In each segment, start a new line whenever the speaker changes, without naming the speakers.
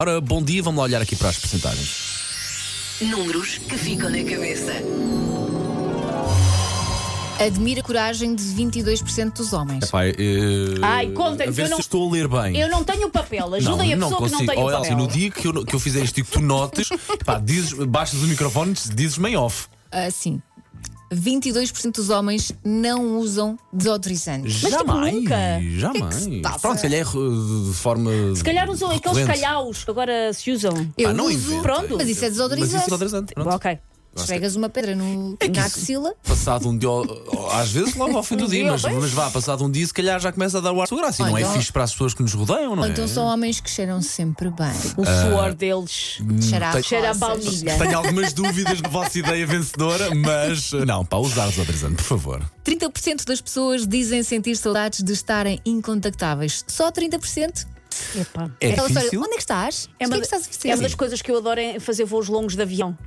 Ora, bom dia, vamos lá olhar aqui para as percentagens.
Números que ficam na cabeça.
Admira a coragem de 22% dos homens.
Pai, eh,
Ai, contem,
a ver
eu
se
não-
estou a ler bem.
Eu não tenho papel,
Não,
ajudem
não
a pessoa
consigo.
que não tem
oh,
o
Elsie,
papel.
no dia que eu, que eu fizer isto e que tu notes, pá, dizes, baixas o microfone, dizes meio off.
Ah, sim. 22% dos homens não usam desodorizantes.
tipo,
jamais,
nunca.
jamais.
O que é que se passa?
Pronto, se ele é de forma.
Se calhar usam aqueles
recorrente.
calhaus que agora se usam.
Eu
Ah, não
uso,
inventem.
Pronto.
mas isso é
Mas isso é
desodorizante.
desodorizante. Pronto. É
Ok.
Esfregas uma pedra no, na axila.
Passado um dia, ó, ó, às vezes logo ao fim do
Um
dia,
dia,
mas,
pois.
mas vá, passado um dia, se calhar já começa a dar o ar à sua graça. E
Ou
não é
então-
fixe para as pessoas que nos rodeiam, não
Ou
é?
então são homens que cheiram sempre bem.
Ah,
O suor deles.
Cheira a
Hum, tem-
Cheira a
rosas.
baunilha.
Tenho algumas dúvidas na vossa ideia vencedora, mas eh, não, para usar desodorizante, por favor.
30% das pessoas dizem sentir saudades de estarem incontactáveis. Só 30%?
Epá.
É
Aquela história,
difícil?
Onde é que estás?
É
o
uma,
que é que estás a fazer?
é uma das coisas que eu adoro é fazer voos longos de avião.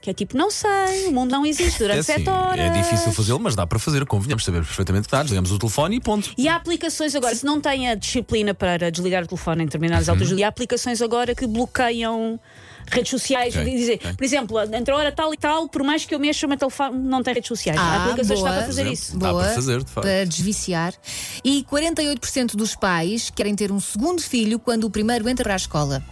Que é tipo, não sei, o mundo não existe durante
É, assim,
7 horas.
é difícil fazê-lo, mas dá para fazer, convenhamos saber perfeitamente que dá, desligamos o telefone e ponto.
E há aplicações agora, se não têm a disciplina para desligar o telefone em
Uhum.
determinadas alturas, do dia, há aplicações agora que bloqueiam redes sociais.
Ok,
de dizer,
ok.
Por exemplo, entre a hora tal e tal, por mais que eu mexa o meu telefone, não tem redes sociais. há
Ah,
aplicações que
boa.
dá para fazer isso.
Dá
Boa,
para fazer, de facto.
para desviciar. E 48% dos pais querem ter um segundo filho quando o primeiro entra para a escola.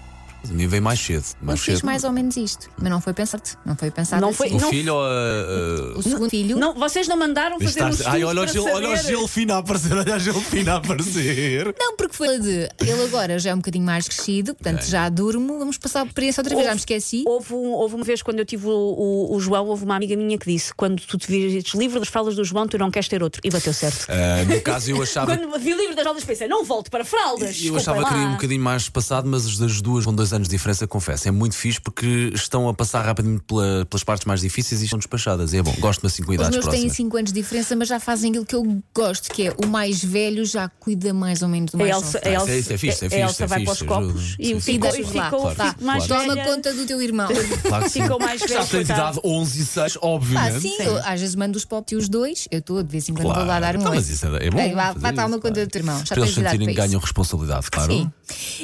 Nem vem mais cedo.
Eu
Mais
fiz
cedo.
mais ou menos isto, mas não foi pensado. Não foi pensado.
Não
assim.
foi-
O
Não-
filho eh, ou a.
O segundo filho.
Não, vocês não mandaram fazer um estudo
Ai, olha o,
para
Gil, olha o
saber.
Gil Fina a aparecer, olha o Gil Fina a aparecer.
Não, porque foi de. Ele agora já é um bocadinho mais crescido, portanto já durmo. Vamos passar por experiência outra vez. Já me esqueci.
Houve, um- houve uma vez quando eu tive o, o- o João, houve uma amiga minha que disse: Quando tu te vires livre das fraldas do João, tu não queres ter outro. E bateu certo.
Ah, no caso, eu achava.
Quando vi livre das fraldas, pensei: Não volto para fraldas.
Eu
desculpem
achava que
lá."
teria um bocadinho mais passado, mas os das duas com dois anos de diferença, confesso. É muito fixe porque estão a passar rapidamente pela- pelas partes mais difíceis e estão despachadas. E é bom, gosto-me assim com
Os
idades
meus têm
próximas.
5 anos de diferença, mas já fazem aquilo que eu gosto, que é o mais velho já cuida mais ou menos do
A
mais novo.
Elsa, a
Ah,
Elsa,
isso é fixe, isso é
a
fixe,
Elsa
isso é
vai
fixe,
para os copos
ajuda.
e o
Sim,
E
ficou-
deixas
ficou
lá.
ficou-
Tá.
ficou mais
Claro.
Toma
velha.
conta do teu irmão.
Claro que sim.
Ficam mais
Já
velhos,
tem de
coitado.
idade 11 e 6, óbvio.
Pá, sim, eu às vezes mando os pop e os dois, eu estou de vez em quando vou lá dar um
Então,
oi.
mas isso é, é bom.
Ei, vá,
fazer
vá dar uma
isso,
conta
claro.
do teu irmão, já
para eles
tens idade
sentirem que
para isso.
ganham responsabilidade, claro.
Sim.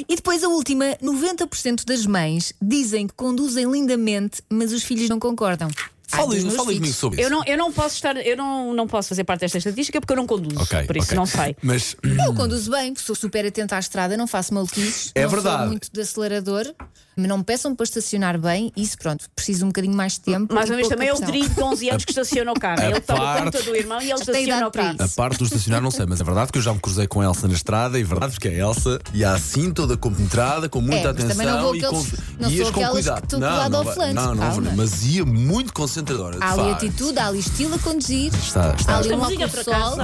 E depois a última, 90% das mães dizem que conduzem lindamente, mas os filhos não concordam. Ai,
Falem
Ah, dos meus
falem comigo
filhos.
sobre isso.
Eu não, eu não posso estar, eu não, não posso fazer parte desta estatística porque eu não conduzo.
Ok,
por isso
ok.
não sei.
Mas hum,
Eu conduzo bem, sou super atenta à estrada, não faço maluquices.
É
não
verdade.
Sou muito de acelerador, mas não me peçam para estacionar bem. Isso, pronto, preciso um bocadinho mais de tempo.
Mais
e
ou menos
pouca
também é o
pressão.
Rodrigo de 11 anos que estaciona o carro.
A
Ele toma
É parte-
conta do irmão e ele
Tem idade
estaciona o
para
carro.
a parte do estacionar não sei, mas é verdade que eu já me cruzei com a Elsa na estrada, e é verdade porque a Elsa ia assim toda compenetrada, com muita
É, mas
atenção
também não vou
e
aqueles-
com,
não
ias
sou
com
aquelas
cuidado.
que tu
não,
colado
não,
ao
vai-
volante,
não, não,
calma.
mas ia muito concentradora. de
Há ali
facto.
atitude, há ali estilo a conduzir,
Está- está-
há ali
Esta
um
música,
óculos
por
de sol.
acaso,